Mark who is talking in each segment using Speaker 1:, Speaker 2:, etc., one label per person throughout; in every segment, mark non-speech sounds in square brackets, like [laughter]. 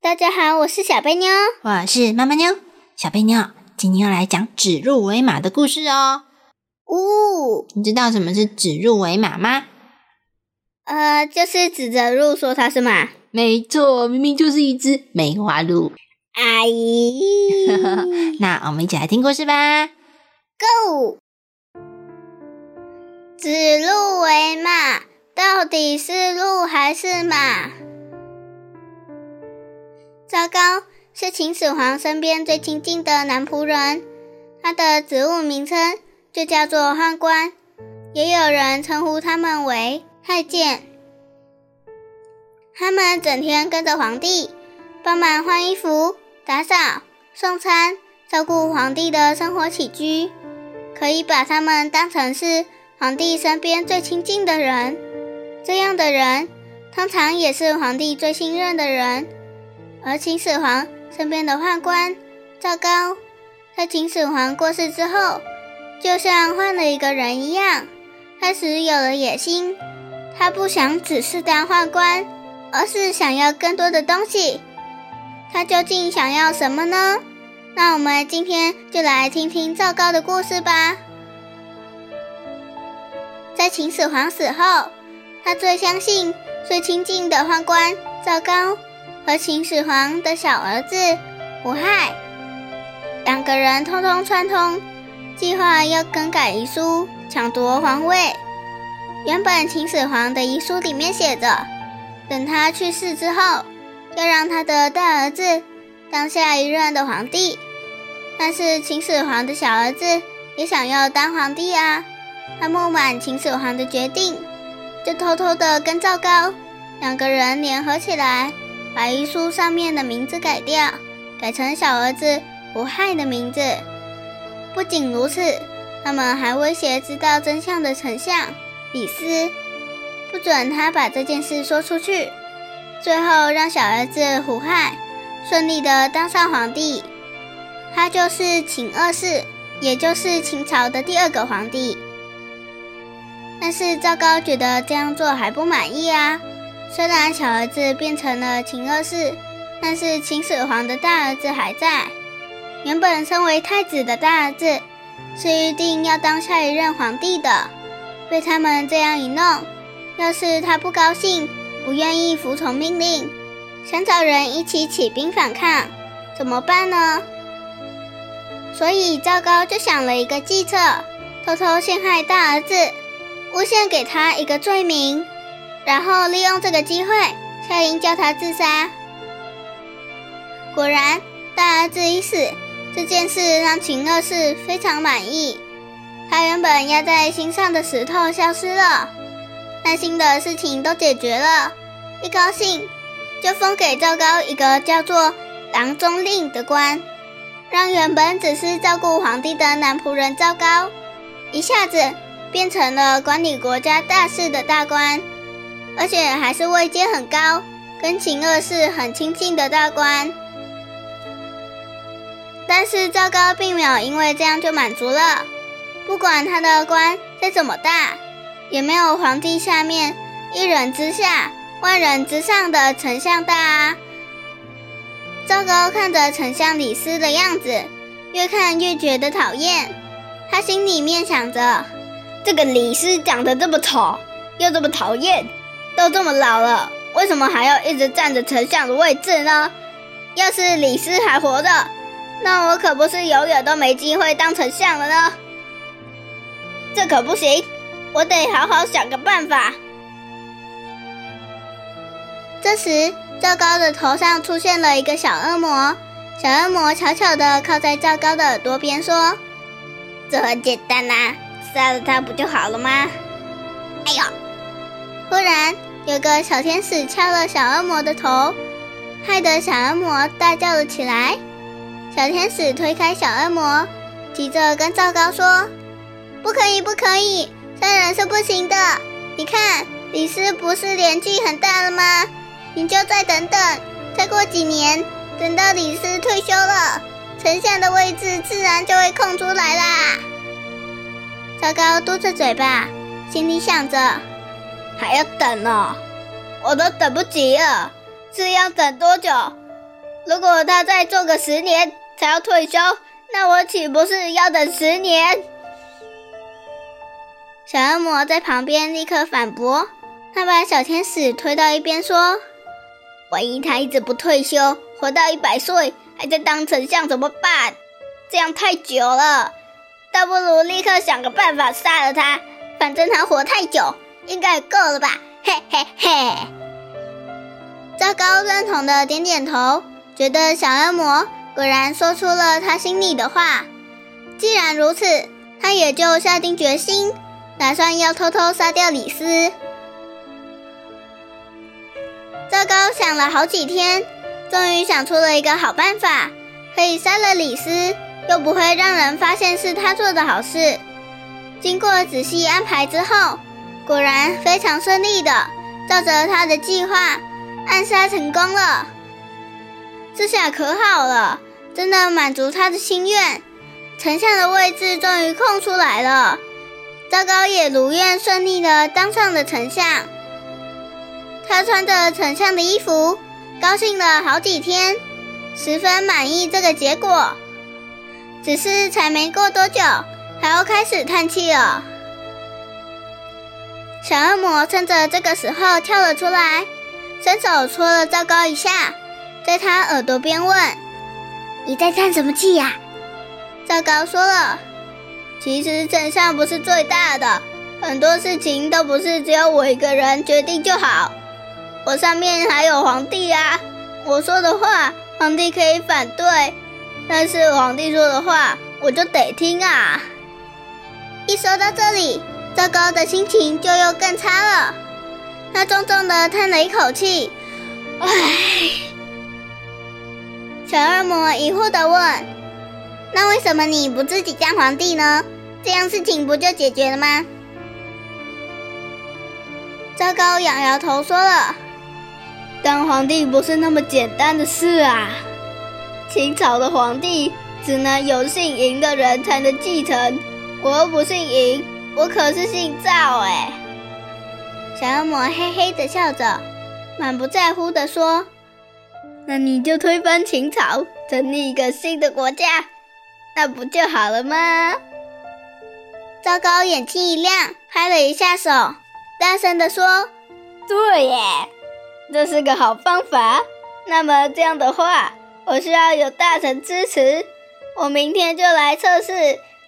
Speaker 1: 大家好，我是小贝妞。
Speaker 2: 我是妈妈妞，小贝妞，今天要来讲指鹿为马的故事哦。
Speaker 1: 呜、
Speaker 2: 你知道什么是指鹿为马吗？
Speaker 1: 呃，就是指着鹿说它是马。
Speaker 2: 没错，明明就是一只梅花鹿。
Speaker 1: 阿姨
Speaker 2: 那我们一起来听故事吧。
Speaker 1: ，Go！指鹿为马，到底是鹿还是马？糟糕，是秦始皇身边最亲近的男仆人，他的职务名称就叫做宦官，也有人称呼他们为太监。他们整天跟着皇帝，帮忙换衣服、打扫、送餐，照顾皇帝的生活起居，可以把他们当成是皇帝身边最亲近的人。这样的人通常也是皇帝最信任的人。而秦始皇身边的宦官赵高，在秦始皇过世之后，就像换了一个人一样，开始有了野心。他不想只是当宦官，而是想要更多的东西。他究竟想要什么呢？那我们今天就来听听赵高的故事吧。在秦始皇死后，他最相信、最亲近的宦官赵高和秦始皇的小儿子胡亥，两个人通通串通，计划要更改遗书，抢夺皇位。原本秦始皇的遗书里面写着，等他去世之后，要让他的大儿子当下一任的皇帝。但是秦始皇的小儿子也想要当皇帝啊，他不满秦始皇的决定，就偷偷的跟赵高两个人联合起来，把遗书上面的名字改掉，改成小儿子胡亥的名字。不仅如此，他们还威胁知道真相的丞相李斯，不准他把这件事说出去。最后让小儿子胡亥顺利的当上皇帝，他就是秦二世，也就是秦朝的第二个皇帝。但是赵高觉得这样做还不满意啊。虽然小儿子变成了秦二世，但是秦始皇的大儿子还在。原本身为太子的大儿子是预定要当下一任皇帝的，被他们这样一弄，要是他不高兴，不愿意服从命令，想找人一起起兵反抗，怎么办呢？所以赵高就想了一个计策，偷偷陷害大儿子，诬陷给他一个罪名，然后利用这个机会下令叫他自杀。果然，大儿子已死，这件事让秦二世非常满意。他原本压在心上的石头消失了，担心的事情都解决了，一高兴就封给赵高一个叫做郎中令的官，让原本只是照顾皇帝的男仆人赵高，一下子变成了管理国家大事的大官，而且还是位阶很高、跟秦二世很亲近的大官。但是赵高并没有因为这样就满足了，不管他的官再怎么大，也没有皇帝下面一人之下万人之上的丞相大啊。赵高看着丞相李斯的样子，越看越觉得讨厌。他心里面想着，这个李斯长得这么丑，又这么讨厌，都这么老了，为什么还要一直占着丞相的位置呢？要是李斯还活着，那我可不是永远都没机会当丞相了呢。这可不行，我得好好想个办法。这时，赵高的头上出现了一个小恶魔，小恶魔悄悄地靠在赵高的耳朵边说：“这很简啊单呐、杀了他不就好了吗？”哎呦！忽然，有个小天使敲了小恶魔的头，害得小恶魔大叫了起来。小天使推开小恶魔，急着跟赵高说：“不可以，不可以，杀人是不行的。你看，李斯不是年纪很大了吗？你就再等等，再过几年，等到李斯退休了，丞相的位置自然就会空出来啦。”赵高嘟着嘴巴，心里想着：“还要等哦，我都等不及了，这要等多久？”如果他再做个十年才要退休，那我岂不是要等十年？小恶魔在旁边立刻反驳，他把小天使推到一边说：“万一他一直不退休，活到一百岁还在当丞相怎么办？这样太久了，倒不如立刻想个办法杀了他。反正他活太久，应该也够了吧？ [laughs] 嘿嘿嘿。”赵高认同的点点头。觉得小恶魔果然说出了他心里的话。既然如此，他也就下定决心，打算要偷偷杀掉李斯。赵高想了好几天，终于想出了一个好办法，可以杀了李斯，又不会让人发现是他做的好事。经过仔细安排之后，果然非常顺利的，照着他的计划暗杀成功了。这下可好了，真的满足他的心愿，丞相的位置终于空出来了。赵高也如愿顺利的当上了丞相。他穿着丞相的衣服，高兴了好几天，十分满意这个结果。只是才没过多久，他又开始叹气了。小恶魔趁着这个时候跳了出来，伸手戳了赵高一下。在他耳朵边问：“
Speaker 3: 你在叹什么气呀、啊？”
Speaker 1: 赵高说了：“其实丞相不是最大的，很多事情都不是只有我一个人决定就好。我上面还有皇帝啊，我说的话皇帝可以反对，但是皇帝说的话我就得听啊。”一说到这里，赵高的心情就又更差了。他重重的叹了一口气：“唉。”小恶魔疑惑地问：“那为什么你不自己当皇帝呢？这样事情不就解决了吗？”赵高摇摇头说了：“当皇帝不是那么简单的事啊！秦朝的皇帝只能有姓嬴的人才能继承，我又不姓嬴，我可是姓赵哎、欸。”小恶魔嘿嘿的笑着，满不在乎的说。那你就推翻秦朝，成立一个新的国家，那不就好了吗？赵高眼睛一亮，拍了一下手，大声地说：“对耶，这是个好方法。那么这样的话，我需要有大臣支持。我明天就来测试，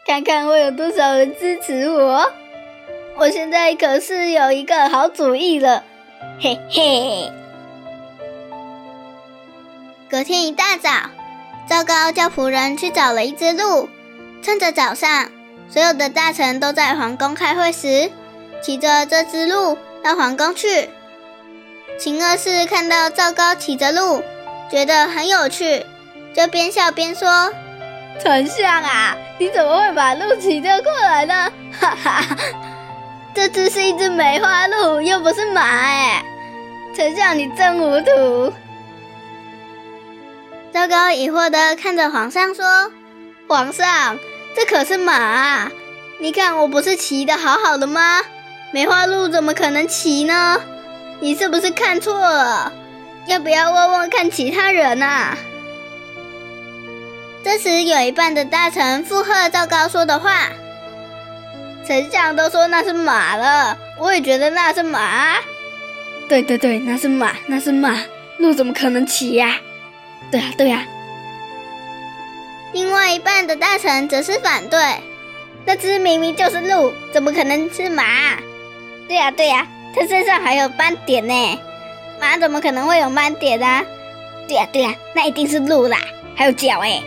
Speaker 1: 看看会有多少人支持我。我现在可是有一个好主意了，嘿嘿。”隔天一大早，赵高叫仆人去找了一只鹿。趁着早上，所有的大臣都在皇宫开会时，骑着这只鹿到皇宫去。秦二世看到赵高骑着鹿，觉得很有趣，就边笑边说：“丞相啊，你怎么会把鹿骑着过来呢？ [laughs] 哈哈，这只是一只梅花鹿，又不是马哎、欸！丞相你真糊涂。”赵高疑惑地看着皇上说：“皇上，这可是马、啊，你看我不是骑的好好的吗？梅花鹿怎么可能骑呢？你是不是看错了？要不要问问看其他人啊？”这时，有一半的大臣附和赵高说的话：“丞相都说那是马了，我也觉得那是马。对对对，那是马，那是马，鹿怎么可能骑呀、啊？”对呀、啊，对呀、啊。另外一半的大臣则是反对，那只明明就是鹿，怎么可能是马？对呀、啊，对呀，它身上还有斑点呢，马怎么可能会有斑点呢？对呀，对呀，那一定是鹿啦，还有脚哎。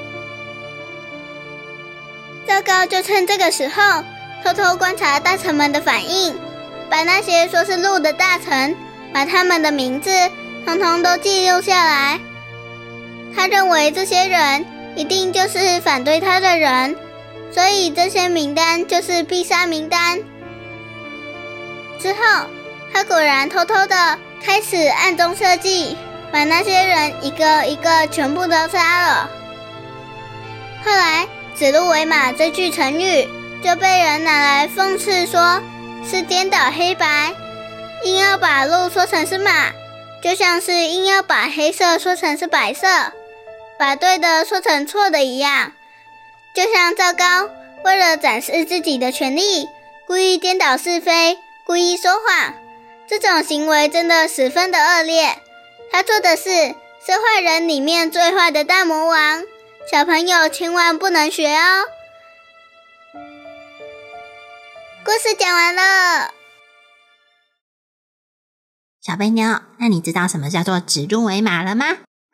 Speaker 1: 赵高就趁这个时候偷偷观察大臣们的反应，把那些说是鹿的大臣把他们的名字通通都记录下来。他认为这些人一定就是反对他的人，所以这些名单就是必杀名单。之后，他果然偷偷的开始暗中设计，把那些人一个一个全部都杀了。后来，指鹿为马这句成语就被人拿来讽刺说，是颠倒黑白，硬要把鹿说成是马，就像是硬要把黑色说成是白色，把对的说成错的一样。就像赵高为了展示自己的权利，故意颠倒是非，故意说谎，这种行为真的十分的恶劣。他做的事是坏人里面最坏的大魔王，小朋友千万不能学哦。故事讲完了，
Speaker 2: 小贝妞，那你知道什么叫做指鹿为马了吗？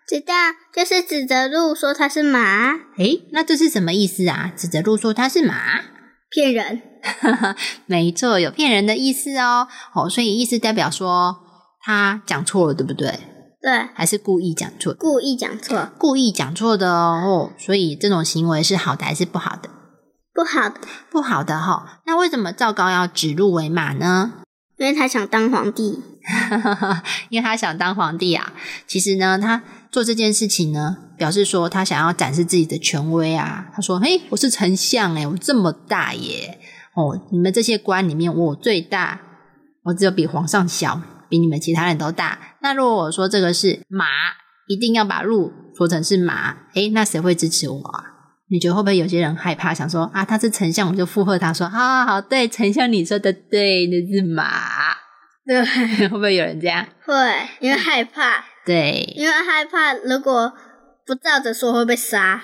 Speaker 1: 知道就是指着鹿说它是马，
Speaker 2: 诶，那这是什么意思啊？指着鹿说它是马，
Speaker 1: 骗人。
Speaker 2: [laughs] 没错，有骗人的意思哦。哦，所以意思代表说他讲错了，对不对？
Speaker 1: 对，
Speaker 2: 还是故意讲错？
Speaker 1: 故意讲错，
Speaker 2: 故意讲错的哦。哦所以这种行为是好的还是不好的？
Speaker 1: 不好的，
Speaker 2: 不好的哈、那为什么赵高要指鹿为马呢？
Speaker 1: 因为他想当皇帝。
Speaker 2: [laughs] 因为他想当皇帝啊。其实呢，他做这件事情呢，表示说他想要展示自己的权威啊。他说：“嘿，我是丞相哎、我这么大耶！哦，你们这些官里面我最大，我只有比皇上小，比你们其他人都大。那如果我说这个是马，一定要把鹿说成是马，诶，那谁会支持我啊？”你觉得会不会有些人害怕，想说啊，他是丞相，我就附和他说，好啊好好，对，丞相你说的对，那是马。 [laughs]
Speaker 1: 对，
Speaker 2: 会不会有人这样？
Speaker 1: 会，因为害怕，
Speaker 2: 对，
Speaker 1: 因为害怕，如果不照着说会被杀。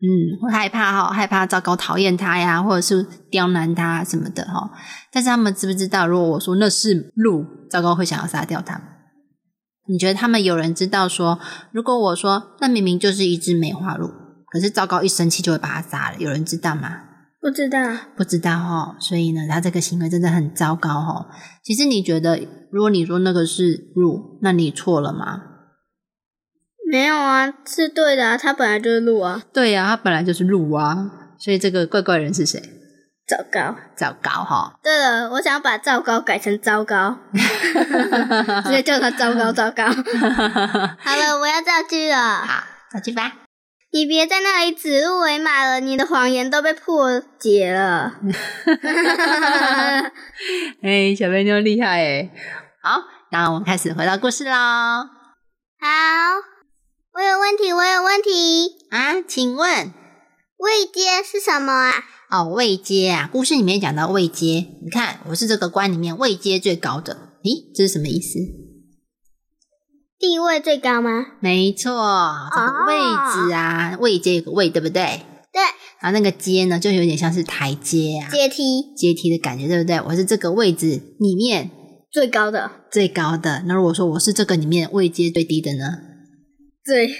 Speaker 2: 嗯，会害怕哈、害怕糟糕，讨厌他呀，或者是刁难他什么的哈、但是他们知不知道，如果我说那是鹿，糟糕会想要杀掉他们？你觉得他们有人知道说，如果我说那明明就是一只梅花鹿，可是糟糕一生气就会把它杀了，有人知道吗？
Speaker 1: 不知道，
Speaker 2: 不知道哦，所以呢，他这个行为真的很糟糕哦。其实你觉得，如果你说那个是鹿，那你错了吗？
Speaker 1: 没有啊，是对的啊，他本来就是鹿啊。
Speaker 2: 对呀、他本来就是鹿啊，所以这个怪怪人是谁？
Speaker 1: 糟糕，
Speaker 2: 糟糕哈、
Speaker 1: 对了，我想把糟糕改成糟 [laughs] 糕，直接叫他糟糕糟糕。好了，我要造句了。
Speaker 2: 好，走去吧。
Speaker 1: 你别在那里指鹿为马了，你的谎言都被破解 [laughs] 了。
Speaker 2: 哎、小笨妞厉害哎！好，那我们开始回到故事喽。啊，
Speaker 1: 好，我有问题，我有问题。
Speaker 2: 请问
Speaker 1: 未接是什么啊？
Speaker 2: 哦，位阶啊，故事里面讲到位阶，你看我是这个官里面位阶最高的，咦，这是什么意思？
Speaker 1: 地位最高吗？
Speaker 2: 没错，哦这个位置啊，位阶有个位，对不对？
Speaker 1: 对，
Speaker 2: 然后那个阶呢，就有点像是台阶啊，
Speaker 1: 阶梯
Speaker 2: 阶梯的感觉，对不对？我是这个位置里面
Speaker 1: 最高的，
Speaker 2: 最高的。那如果说我是这个里面位阶最低的呢？
Speaker 1: 最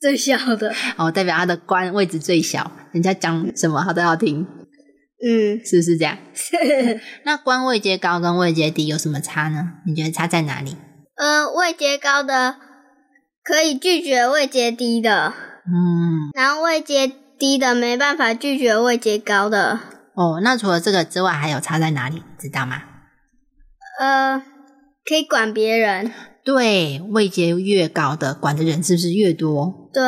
Speaker 1: 最小的。
Speaker 2: 哦，代表他的官位置最小，人家讲什么他都要听，
Speaker 1: 嗯，
Speaker 2: 是不是这样？
Speaker 1: 是。
Speaker 2: 那官位阶高跟位阶低有什么差呢？你觉得差在哪里？ [laughs]
Speaker 1: 呃，位阶高的可以拒绝位阶低的，
Speaker 2: 嗯，
Speaker 1: 然后位阶低的没办法拒绝位阶高的。
Speaker 2: 哦，那除了这个之外，还有差在哪里？知道吗？
Speaker 1: 呃，可以管别人。
Speaker 2: 对，位阶越高的管的人是不是越多？
Speaker 1: 对，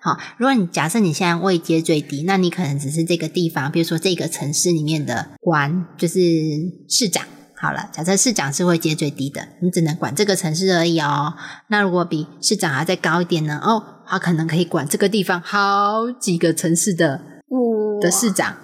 Speaker 2: 好，如果你假设你现在位阶最低，那你可能只是这个地方，比如说这个城市里面的官，就是市长。好了，假设市长是位阶最低的，你只能管这个城市而已哦。那如果比市长还再高一点呢？哦，他可能可以管这个地方好几个城市的
Speaker 1: 五
Speaker 2: 的市长。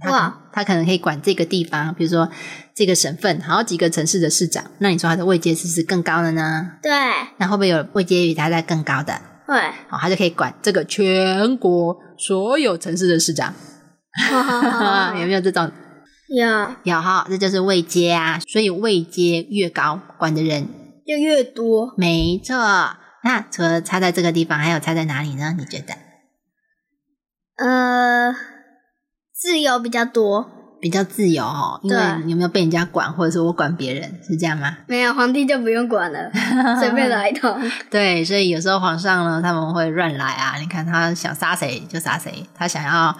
Speaker 2: 他可
Speaker 1: 哇
Speaker 2: 他可能可以管这个地方，比如说这个省份好几个城市的市长。那你说他的位阶是不是更高了呢？
Speaker 1: 对，
Speaker 2: 那会不会有位阶比他在更高的？
Speaker 1: 会，
Speaker 2: 哦，他就可以管这个全国所有城市的市长， [laughs] 有没有这种？
Speaker 1: 有
Speaker 2: 有哈，这就是位阶啊，所以位阶越高，管的人
Speaker 1: 就越多。
Speaker 2: 没错。那除了差在这个地方，还有差在哪里呢？你觉得？
Speaker 1: 呃，自由比较多，
Speaker 2: 比较自由哦，因为
Speaker 1: 对
Speaker 2: 你有没有被人家管，或者是我管别人，是这样吗？
Speaker 1: 没有皇帝就不用管
Speaker 2: [laughs]
Speaker 1: 了，随便来一通。
Speaker 2: 对，所以有时候皇上呢，他们会乱来啊。你看他想杀谁就杀谁，他想要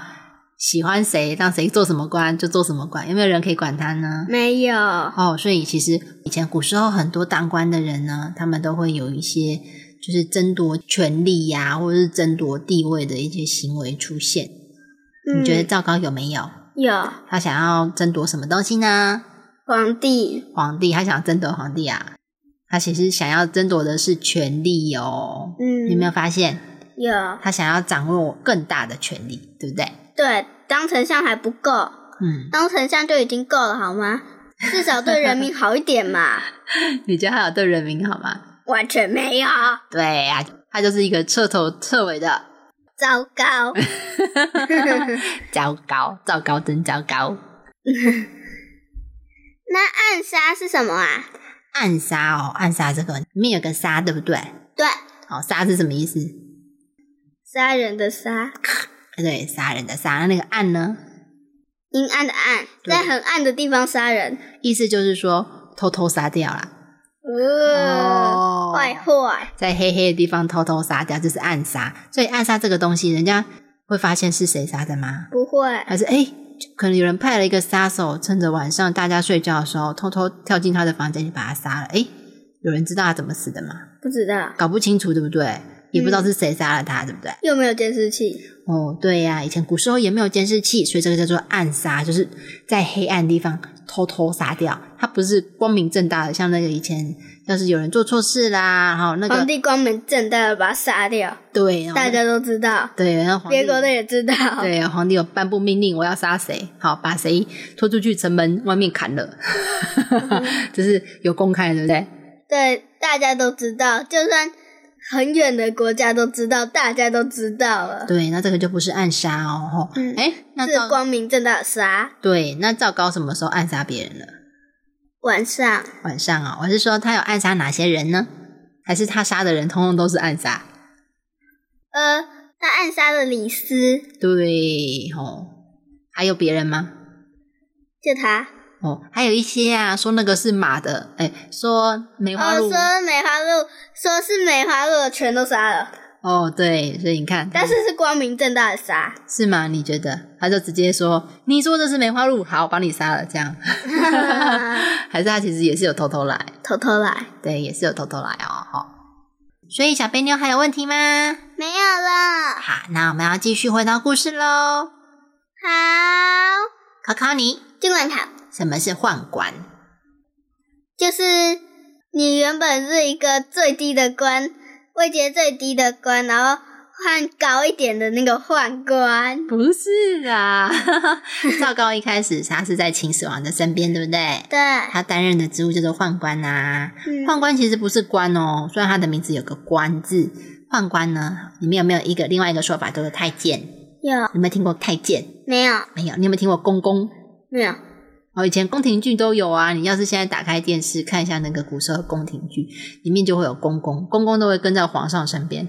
Speaker 2: 喜欢谁，让谁做什么官就做什么官，有没有人可以管他呢？
Speaker 1: 没有，
Speaker 2: 哦，所以其实以前古时候很多当官的人呢，他们都会有一些就是争夺权力呀、或者是争夺地位的一些行为出现。你觉得赵高有没有？
Speaker 1: 嗯有
Speaker 2: 他想要争夺什么东西呢？
Speaker 1: 皇帝
Speaker 2: 皇帝，他想争夺皇帝啊，他其实想要争夺的是权力哦。
Speaker 1: 嗯
Speaker 2: 你有没有发现？
Speaker 1: 有
Speaker 2: 他想要掌握更大的权力，对不对？
Speaker 1: 对当丞相还不够，
Speaker 2: 嗯，
Speaker 1: 当丞相就已经够了好吗？至少对人民好一点嘛，
Speaker 2: [laughs] 你觉得他有对人民好吗？
Speaker 1: 完全没有，
Speaker 2: 对呀、他就是一个彻头彻尾的
Speaker 1: 糟糕。
Speaker 2: 糟糕，糟糕，真糟糕。
Speaker 1: [laughs] 那暗杀是什么啊？
Speaker 2: 暗杀哦，暗杀这个里面有个杀，对不对？
Speaker 1: 对，
Speaker 2: 哦，杀是什么意思？
Speaker 1: 杀人的杀，
Speaker 2: 对，杀人的杀。那那个暗呢？
Speaker 1: 阴暗的暗，
Speaker 2: 对
Speaker 1: 在很暗的地方杀人，
Speaker 2: 意思就是说偷偷杀掉啦。
Speaker 1: 呃，
Speaker 2: 哦
Speaker 1: 坏坏，
Speaker 2: 在黑黑的地方偷偷杀掉，这是暗杀。所以暗杀这个东西，人家会发现是谁杀的吗？
Speaker 1: 不会，
Speaker 2: 还是哎、诶可能有人派了一个杀手，趁着晚上大家睡觉的时候，偷偷跳进他的房间去把他杀了。哎、有人知道他怎么死的吗？
Speaker 1: 不知道，
Speaker 2: 搞不清楚，对不对？也不知道是谁杀了他，对不对？
Speaker 1: 又没有监视器，
Speaker 2: 哦，对呀、以前古时候也没有监视器，所以这个叫做暗杀，就是在黑暗地方偷偷杀掉。他不是光明正大的，像那个以前要是有人做错事啦，然后那
Speaker 1: 皇
Speaker 2: 个
Speaker 1: 帝光明正大的把他杀掉，
Speaker 2: 对，然后那
Speaker 1: 大家都知道，
Speaker 2: 对，然后皇帝
Speaker 1: 别国的也知道，
Speaker 2: 对，皇帝有颁布命令，我要杀谁，好把谁拖出去城门外面砍了， [laughs] 这是有公开的，对不对？
Speaker 1: 对，大家都知道，就算很远的国家都知道，大家都知道了，
Speaker 2: 对，那这个就不是暗杀哦，吼
Speaker 1: 嗯
Speaker 2: 哎、那
Speaker 1: 是
Speaker 2: 赵
Speaker 1: 光明正大的杀。
Speaker 2: 对，那赵高什么时候暗杀别人了？
Speaker 1: 晚上
Speaker 2: 晚上啊、我是说他有暗杀哪些人呢？还是他杀的人通通都是暗杀？
Speaker 1: 呃，他暗杀了李斯，
Speaker 2: 对，吼，还有别人吗？
Speaker 1: 就他。
Speaker 2: 哦，还有一些啊，说那个是马的，哎，说梅花
Speaker 1: 哦，
Speaker 2: 鹿，
Speaker 1: 说梅花鹿，说是梅花鹿的全都杀了，
Speaker 2: 哦对，所以你看，
Speaker 1: 但是是光明正大的杀。
Speaker 2: 是吗？你觉得？他就直接说：“你说这是梅花鹿，好，把你杀了。”
Speaker 1: [laughs]
Speaker 2: 这样，还是他其实也是有偷偷来？
Speaker 1: 偷偷来，
Speaker 2: 对，也是有偷偷来哦。好、所以小贝妞还有问题吗？
Speaker 4: 没有了。
Speaker 2: 好，那我们要继续回到故事喽。
Speaker 4: 好，
Speaker 2: 考考你，
Speaker 4: 尽管考
Speaker 2: 什么是宦官？
Speaker 4: 就是
Speaker 1: 你原本是一个最低的官，位阶最低的官，然后换高一点的那个宦官。
Speaker 2: 不是 [laughs] 啊，赵高一开始他是在秦始皇的身边，对不对？
Speaker 1: 对，
Speaker 2: 他担任的职务叫做宦官啊。
Speaker 1: 嗯
Speaker 2: 宦官其实不是官哦，虽然他的名字有个官字。宦官呢，里面有没有一个另外一个说法叫做太监？
Speaker 1: 有
Speaker 2: 有没有听过太监？
Speaker 1: 没有
Speaker 2: 没有。你有没有听过公公？
Speaker 1: 没有？
Speaker 2: 哦，以前宫廷剧都有啊。你要是现在打开电视看一下那个古时候的宫廷剧，里面就会有公公，公公都会跟在皇上身边，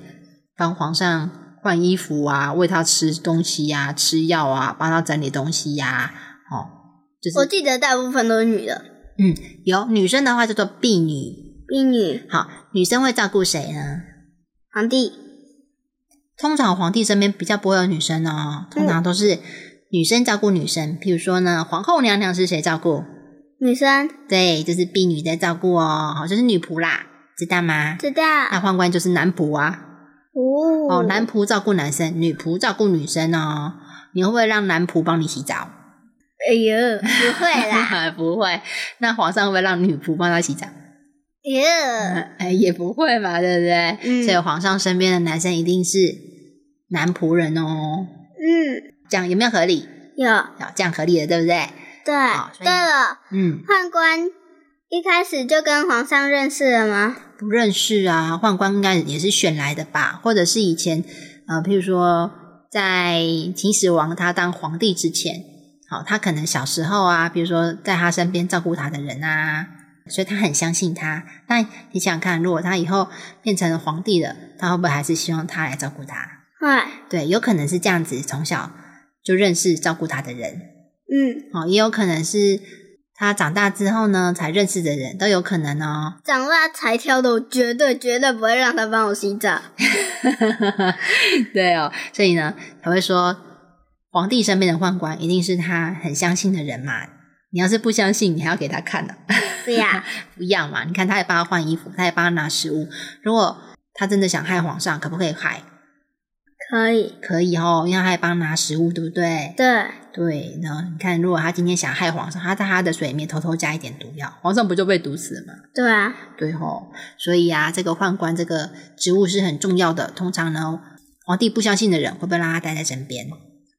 Speaker 2: 帮皇上换衣服啊，喂他吃东西呀、吃药啊，帮他整理东西呀、哦，就是
Speaker 1: 我记得大部分都是女的，
Speaker 2: 嗯，有女生的话叫做婢女。
Speaker 1: 婢女、
Speaker 2: 好，女生会照顾谁呢？
Speaker 1: 皇帝。
Speaker 2: 通常皇帝身边比较不会有女生哦，通常都是女生照顾女生。譬如说呢，皇后娘娘是谁照顾？
Speaker 1: 女生
Speaker 2: 对，就是婢女在照顾哦，好，就是女仆啦，知道吗？
Speaker 1: 知道
Speaker 2: 那宦官就是男仆啊，
Speaker 1: 哦
Speaker 2: 哦，男仆照顾男生，女仆照顾女生哦。你会不会让男仆帮你洗澡？
Speaker 1: 哎
Speaker 2: [laughs]
Speaker 1: 呦，不 [laughs] 会啦，
Speaker 2: 不会。那皇上会不会让女仆帮他洗澡？
Speaker 1: 哎
Speaker 2: [laughs]
Speaker 1: 呦，
Speaker 2: 哎，也不会嘛，对不对？
Speaker 1: 嗯
Speaker 2: 所以皇上身边的男生一定是男仆人哦。
Speaker 1: 嗯，
Speaker 2: 这样有没有合理？
Speaker 1: 有
Speaker 2: 好，这样合理的，对不对？
Speaker 1: 对
Speaker 2: 好所以
Speaker 1: 对了，
Speaker 2: 嗯，
Speaker 1: 宦官一开始就跟皇上认识了吗？
Speaker 2: 不认识啊，宦官应该也是选来的吧？或者是以前呃，譬如说在秦始皇他当皇帝之前，好，他可能小时候啊，比如说在他身边照顾他的人啊，所以他很相信他。但你想想看，如果他以后变成了皇帝了，他会不会还是希望他来照顾他？
Speaker 1: 会，
Speaker 2: 对，有可能是这样子，从小就认识照顾他的人。
Speaker 1: 嗯，
Speaker 2: 哦，也有可能是他长大之后呢才认识的人都有可能哦。
Speaker 1: 长大才挑的，我绝对绝对不会让他帮我洗澡。 [laughs]
Speaker 2: [laughs] 对哦，所以呢才会说皇帝身边的宦官一定是他很相信的人嘛。你要是不相信，你还要给他看呢、 [laughs]
Speaker 1: 对呀、
Speaker 2: 不一样嘛。你看，他也帮他换衣服，他也帮他拿食物。如果他真的想害皇上，可不可以害？
Speaker 1: 可以，
Speaker 2: 可以哦，因为他也帮他拿食物，对不对？
Speaker 1: 对，
Speaker 2: 对，然后你看，如果他今天想害皇上，他在他的水里面偷偷加一点毒药，皇上不就被毒死了吗？
Speaker 1: 对啊，
Speaker 2: 对吼、所以啊，这个宦官这个职务是很重要的。通常呢，皇帝不相信的人会不会让他待在身边？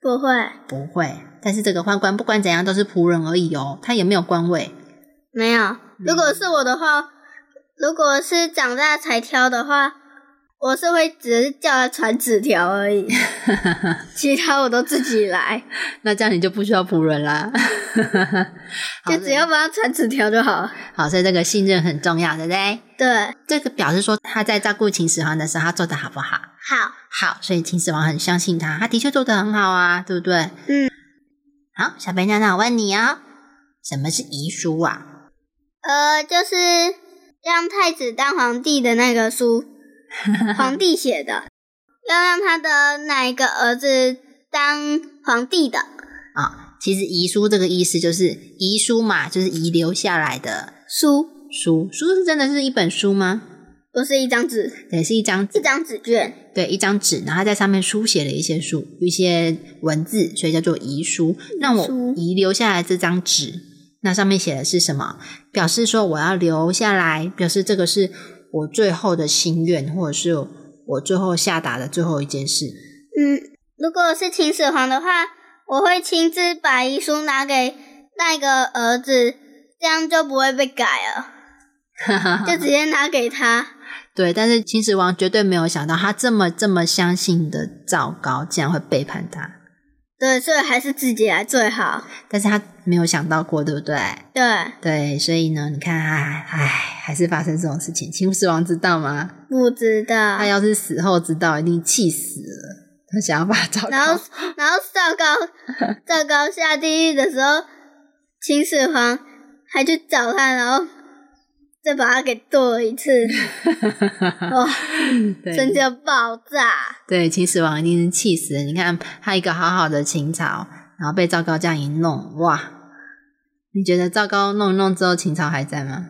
Speaker 1: 不会，
Speaker 2: 不会。但是这个宦官不管怎样都是仆人而已哦，他也没有官位。
Speaker 1: 没有。如果是我的话，如果是长大才挑的话，我是会只是叫他传纸条而已，其他我都自己来，
Speaker 2: 那这样你就不需要仆人啦，
Speaker 1: 就只要帮他传纸条就好了。
Speaker 2: 好，所以这个信任很重要，对不对？
Speaker 1: 对，
Speaker 2: 这个表示说他在照顾秦始皇的时候，他做的好不好？
Speaker 1: 好，
Speaker 2: 好，所以秦始皇很相信他，他的确做的很好啊，对不对？
Speaker 1: 嗯。
Speaker 2: 好，小贝娜娜，我问你哦，什么是遗书啊？
Speaker 1: 呃，就是让太子当皇帝的那个书，皇帝写的，要让他的哪一个儿子当皇帝的，
Speaker 2: 啊、其实遗书这个意思就是遗书嘛，就是遗留下来的书。书书是真的是一本书吗？
Speaker 1: 不是一张纸，
Speaker 2: 对，是一张
Speaker 1: 一张纸卷。
Speaker 2: 对，一张纸，然后在上面书写了一些数、一些文字，所以叫做遗书。那我
Speaker 1: 书
Speaker 2: 遗留下来这张纸，那上面写的是什么？表示说我要留下来，表示这个是我最后的心愿，或者是我最后下达的最后一件事。
Speaker 1: 嗯，如果是秦始皇的话，我会亲自把遗书拿给那个儿子，这样就不会被改了，就直接拿给他。
Speaker 2: 对，但是秦始皇绝对没有想到，他这么这么相信的赵高，竟然会背叛他。
Speaker 1: 对，所以还是自己来最好。
Speaker 2: 但是他没有想到过，对不对？
Speaker 1: 对，
Speaker 2: 对，所以呢，你看，唉，唉，还是发生这种事情。秦始皇知道吗？
Speaker 1: 不知道。
Speaker 2: 他要是死后知道，一定气死了。他想要把他找
Speaker 1: 然后
Speaker 2: 到，，
Speaker 1: 然后赵高，赵高下地狱的时候，秦始皇还去找他，然后再把他给剁了一次，哇、真
Speaker 2: 对
Speaker 1: 叫爆炸！
Speaker 2: 对，秦始皇一定是气死了。你看他一个好好的秦朝，然后被赵高这样一弄，哇！你觉得赵高弄一弄之后，秦朝还在吗？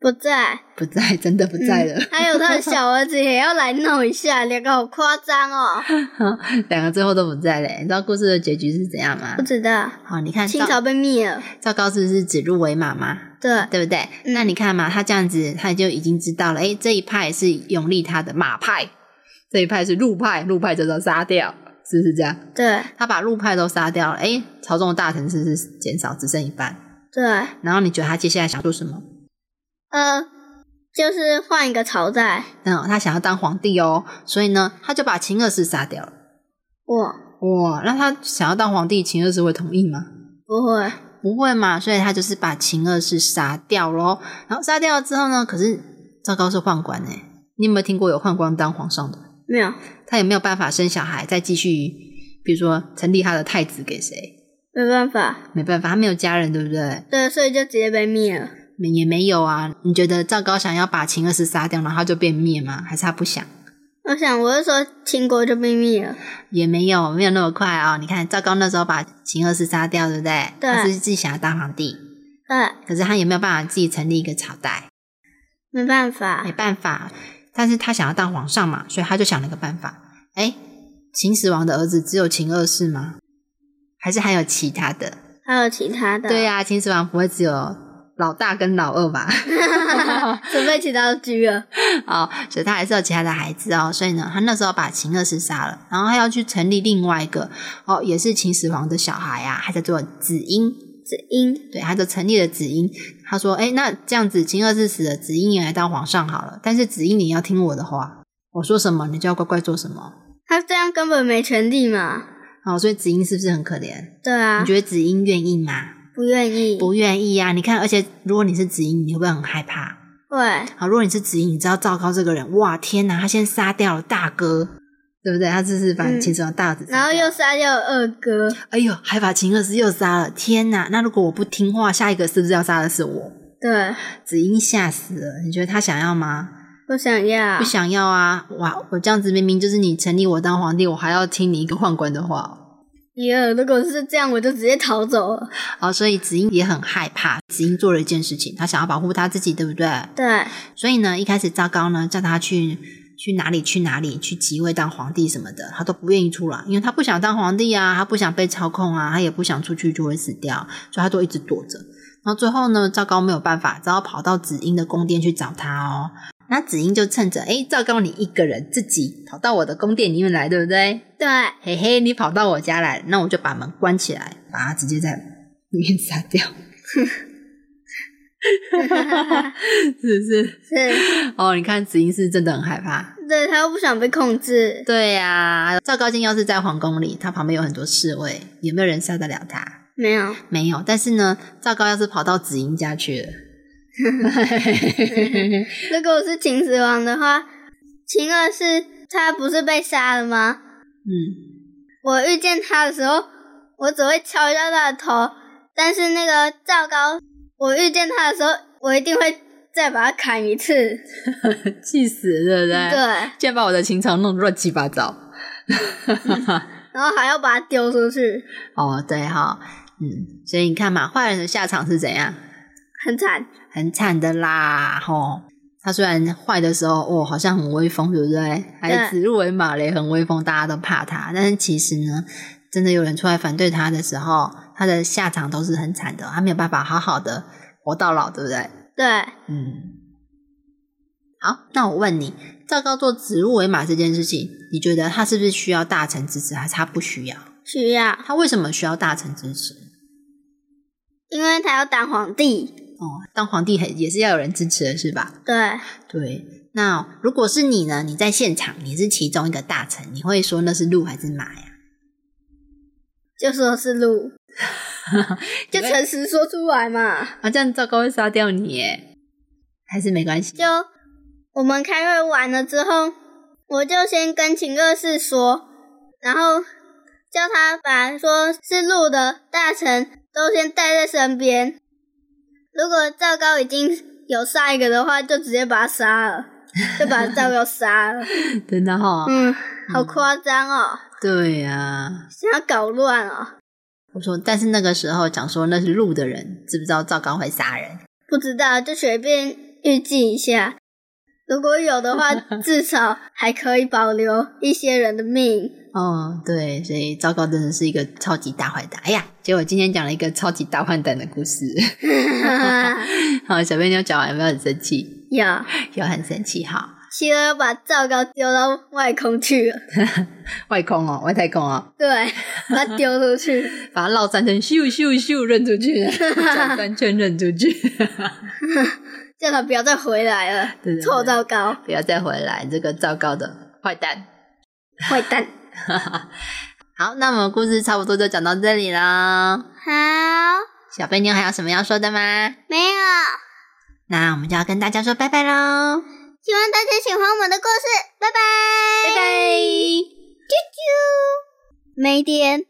Speaker 1: 不在，嗯
Speaker 2: 不在，真的不在了。
Speaker 1: 还有他的小儿子也要来弄一下，两个好夸张
Speaker 2: [laughs]
Speaker 1: 哦！
Speaker 2: 两个最后都不在嘞。你知道故事的结局是怎样吗
Speaker 1: 不？知道，
Speaker 2: 好，你看
Speaker 1: 清嗯朝
Speaker 2: 赵
Speaker 1: 被灭了，
Speaker 2: 赵高是不是指鹿为马嘛？
Speaker 1: 对
Speaker 2: 对不对？那你看嘛，他这样子，他就已经知道了，诶，这一派是永历他的马派，这一派是陆派，陆派就是要杀掉，是不是这样？
Speaker 1: 对
Speaker 2: 他把陆派都杀掉了，诶，朝中的大臣是不是减少只剩一半？
Speaker 1: 对，
Speaker 2: 然后你觉得他接下来想做什么？
Speaker 1: 呃，就是换一个朝代，
Speaker 2: 嗯，他想要当皇帝哦，所以呢，他就把秦二世杀掉了。
Speaker 1: 我
Speaker 2: 哇，那他想要当皇帝，秦二世会同意吗？
Speaker 1: 不会，
Speaker 2: 不会嘛，所以他就是把秦二世杀掉喽。然后杀掉了之后呢，可是赵高是宦官哎、你有没有听过有宦官当皇上的？
Speaker 1: 没有，
Speaker 2: 他也没有办法生小孩，再继续，比如说成立他的太子给谁？
Speaker 1: 没办法，
Speaker 2: 没办法，他没有家人，对不对？
Speaker 1: 对，所以就直接被灭了。
Speaker 2: 没也没有啊。你觉得赵高想要把秦二世杀掉，然后他就变灭吗？还是他不想？
Speaker 1: 我想，我是说秦国就被灭了，
Speaker 2: 也没有，没有那么快啊、你看赵高那时候把秦二世杀掉，对不对？
Speaker 1: 对
Speaker 2: 他是自己想要当皇帝，
Speaker 1: 对，
Speaker 2: 可是他也没有办法自己成立一个朝代。
Speaker 1: 没办法
Speaker 2: 没，办法，但是他想要当皇上嘛，所以他就想了个办法。哎，秦始皇的儿子只有秦二世吗？还是还有其他的？
Speaker 1: 还有其他的，
Speaker 2: 对、呀、 [laughs] 秦始皇不会只有老大跟老二吧？
Speaker 1: [laughs] 准备其他的居了，
Speaker 2: 哦，所以他还是有其他的孩子哦。所以呢，他那时候把秦二世杀了，然后他要去成立另外一个哦，也是秦始皇的小孩啊，他叫做子婴。
Speaker 1: 子婴，
Speaker 2: 对，他就成立了子婴。他说：“哎，那这样子，秦二世死了，子婴也来当皇上好了。但是子婴你要听我的话，我说什么你就要乖乖做什么。
Speaker 1: 他这样根本没权利嘛，
Speaker 2: 哦”好，所以子婴是不是很可怜？
Speaker 1: 对啊
Speaker 2: 你，觉得子婴愿意吗？
Speaker 1: 不愿意，
Speaker 2: 不愿意啊！你看，而且如果你是子婴，你会不会很害怕？
Speaker 1: 会，
Speaker 2: 好，如果你是子婴，你知道赵高这个人，哇，天哪，他先杀掉了大哥，对对不对？他这是把
Speaker 1: 嗯
Speaker 2: 秦始皇大儿子杀掉、
Speaker 1: 然后又杀掉二哥，
Speaker 2: 哎呦，还把秦二世又杀了！天哪！那如果我不听话，下一个是不是要杀的是我？
Speaker 1: 对，
Speaker 2: 子婴吓死了，你觉得他想要吗？
Speaker 1: 不想要
Speaker 2: 不，想要啊！哇，我这样子明明就是你成立我当皇帝，我还要听你一个宦官的话哦。
Speaker 1: 耶如果是这样，我就直接逃走了。
Speaker 2: 好，所以子婴也很害怕。子婴做了一件事情，他想要保护他自己，对不对？
Speaker 1: 对，
Speaker 2: 所以呢，一开始赵高呢叫他去去哪里去哪里去即位当皇帝什么的，他都不愿意出来，因为他不想当皇帝啊，他不想被操控啊，他也不想出去就会死掉，所以他都一直躲着。然后最后呢，赵高没有办法，只好跑到子婴的宫殿去找他哦。那子婴就趁着诶赵高你一个人自己跑到我的宫殿里面来，对不对？
Speaker 1: 对，
Speaker 2: 嘿嘿，你跑到我家来，那我就把门关起来，把他直接在里面杀掉， [laughs] 是不是？
Speaker 1: 是，
Speaker 2: 哦，你看子婴是真的很害怕。
Speaker 1: 对他又不想被控制，
Speaker 2: 对呀、赵高进要是在皇宫里，他旁边有很多侍卫，有没有人杀得了他？
Speaker 1: 没有，
Speaker 2: 没有。但是呢，赵高要是跑到子婴家去了，
Speaker 1: 如果我是秦始皇的话，秦二世他不是被杀了吗？
Speaker 2: 嗯，
Speaker 1: 我遇见他的时候，我只会敲一下他的头，但是那个赵高，我遇见他的时候，我一定会再把他砍一次。
Speaker 2: 气死了，对不对？
Speaker 1: 对，
Speaker 2: 竟然把我的情场弄得乱七八糟。
Speaker 1: 然后还要把他丢出去，
Speaker 2: 哦，对哈、嗯，所以你看嘛，坏人的下场是怎样？
Speaker 1: 很惨。
Speaker 2: 很惨的啦，吼、他虽然坏的时候，哦，好像很威风，对不对？还指鹿为马嘞，很威风，大家都怕他。但是其实呢，真的有人出来反对他的时候，他的下场都是很惨的，他没有办法好好的活到老，对不对？
Speaker 1: 对，
Speaker 2: 嗯。好，那我问你，赵高做指鹿为马这件事情，你觉得他是不是需要大臣支持，还是他不需要？
Speaker 1: 需要，
Speaker 2: 他为什么需要大臣支持？
Speaker 1: 因为他要当皇帝。
Speaker 2: 哦，当皇帝很也是要有人支持的，是吧？
Speaker 1: 对，
Speaker 2: 对，那如果是你呢？你在现场，你是其中一个大臣，你会说那是鹿还是马呀？
Speaker 1: 就说是鹿，就诚实说出来嘛。
Speaker 2: 啊，这样赵高会杀掉你耶，还是没关系？
Speaker 1: 就我们开会完了之后，我就先跟秦二世说，然后叫他把说是鹿的大臣都先带在身边。如果赵高已经有杀一个的话，就直接把他杀了，就把赵高杀了。
Speaker 2: [laughs] 真的哈、
Speaker 1: 嗯，好夸张哦，
Speaker 2: 对啊呀、
Speaker 1: 想要搞乱哦。
Speaker 2: 我说，但是那个时候讲说那是鹿的人，知不知道赵高会杀人？
Speaker 1: 不知道，就随便预计一下。如果有的话，至少还可以保留一些人的命。 [laughs]
Speaker 2: 哦，对，所以赵高真的是一个超级大坏蛋。哎呀，结果今天讲了一个超级大坏蛋的故事。 [laughs] 好，小朋友讲完有没有很生气？ [laughs]
Speaker 1: 呀，
Speaker 2: 有很生气哈，
Speaker 1: 希尔把赵高丢到外空去了，
Speaker 2: 外空哦，外太空哦。
Speaker 1: 对，把他丢出去。
Speaker 2: 把它绕三圈，咻咻咻扔出 [laughs] 去，转三圈扔出去， [laughs]
Speaker 1: 叫他不要再回来了
Speaker 2: 对对对，
Speaker 1: 臭赵高，
Speaker 2: 不要再回来，这个糟糕的坏蛋。 [laughs]
Speaker 1: 坏蛋！
Speaker 2: 好，那我们故事差不多就讲到这里啦。
Speaker 5: 好，
Speaker 2: 小贝妞还有什么要说的吗？
Speaker 5: 没有，
Speaker 2: 那我们就要跟大家说拜拜喽，
Speaker 5: 希望大家喜欢我们的故事，拜拜，
Speaker 2: 拜拜。
Speaker 5: 啾啾，
Speaker 1: 没点。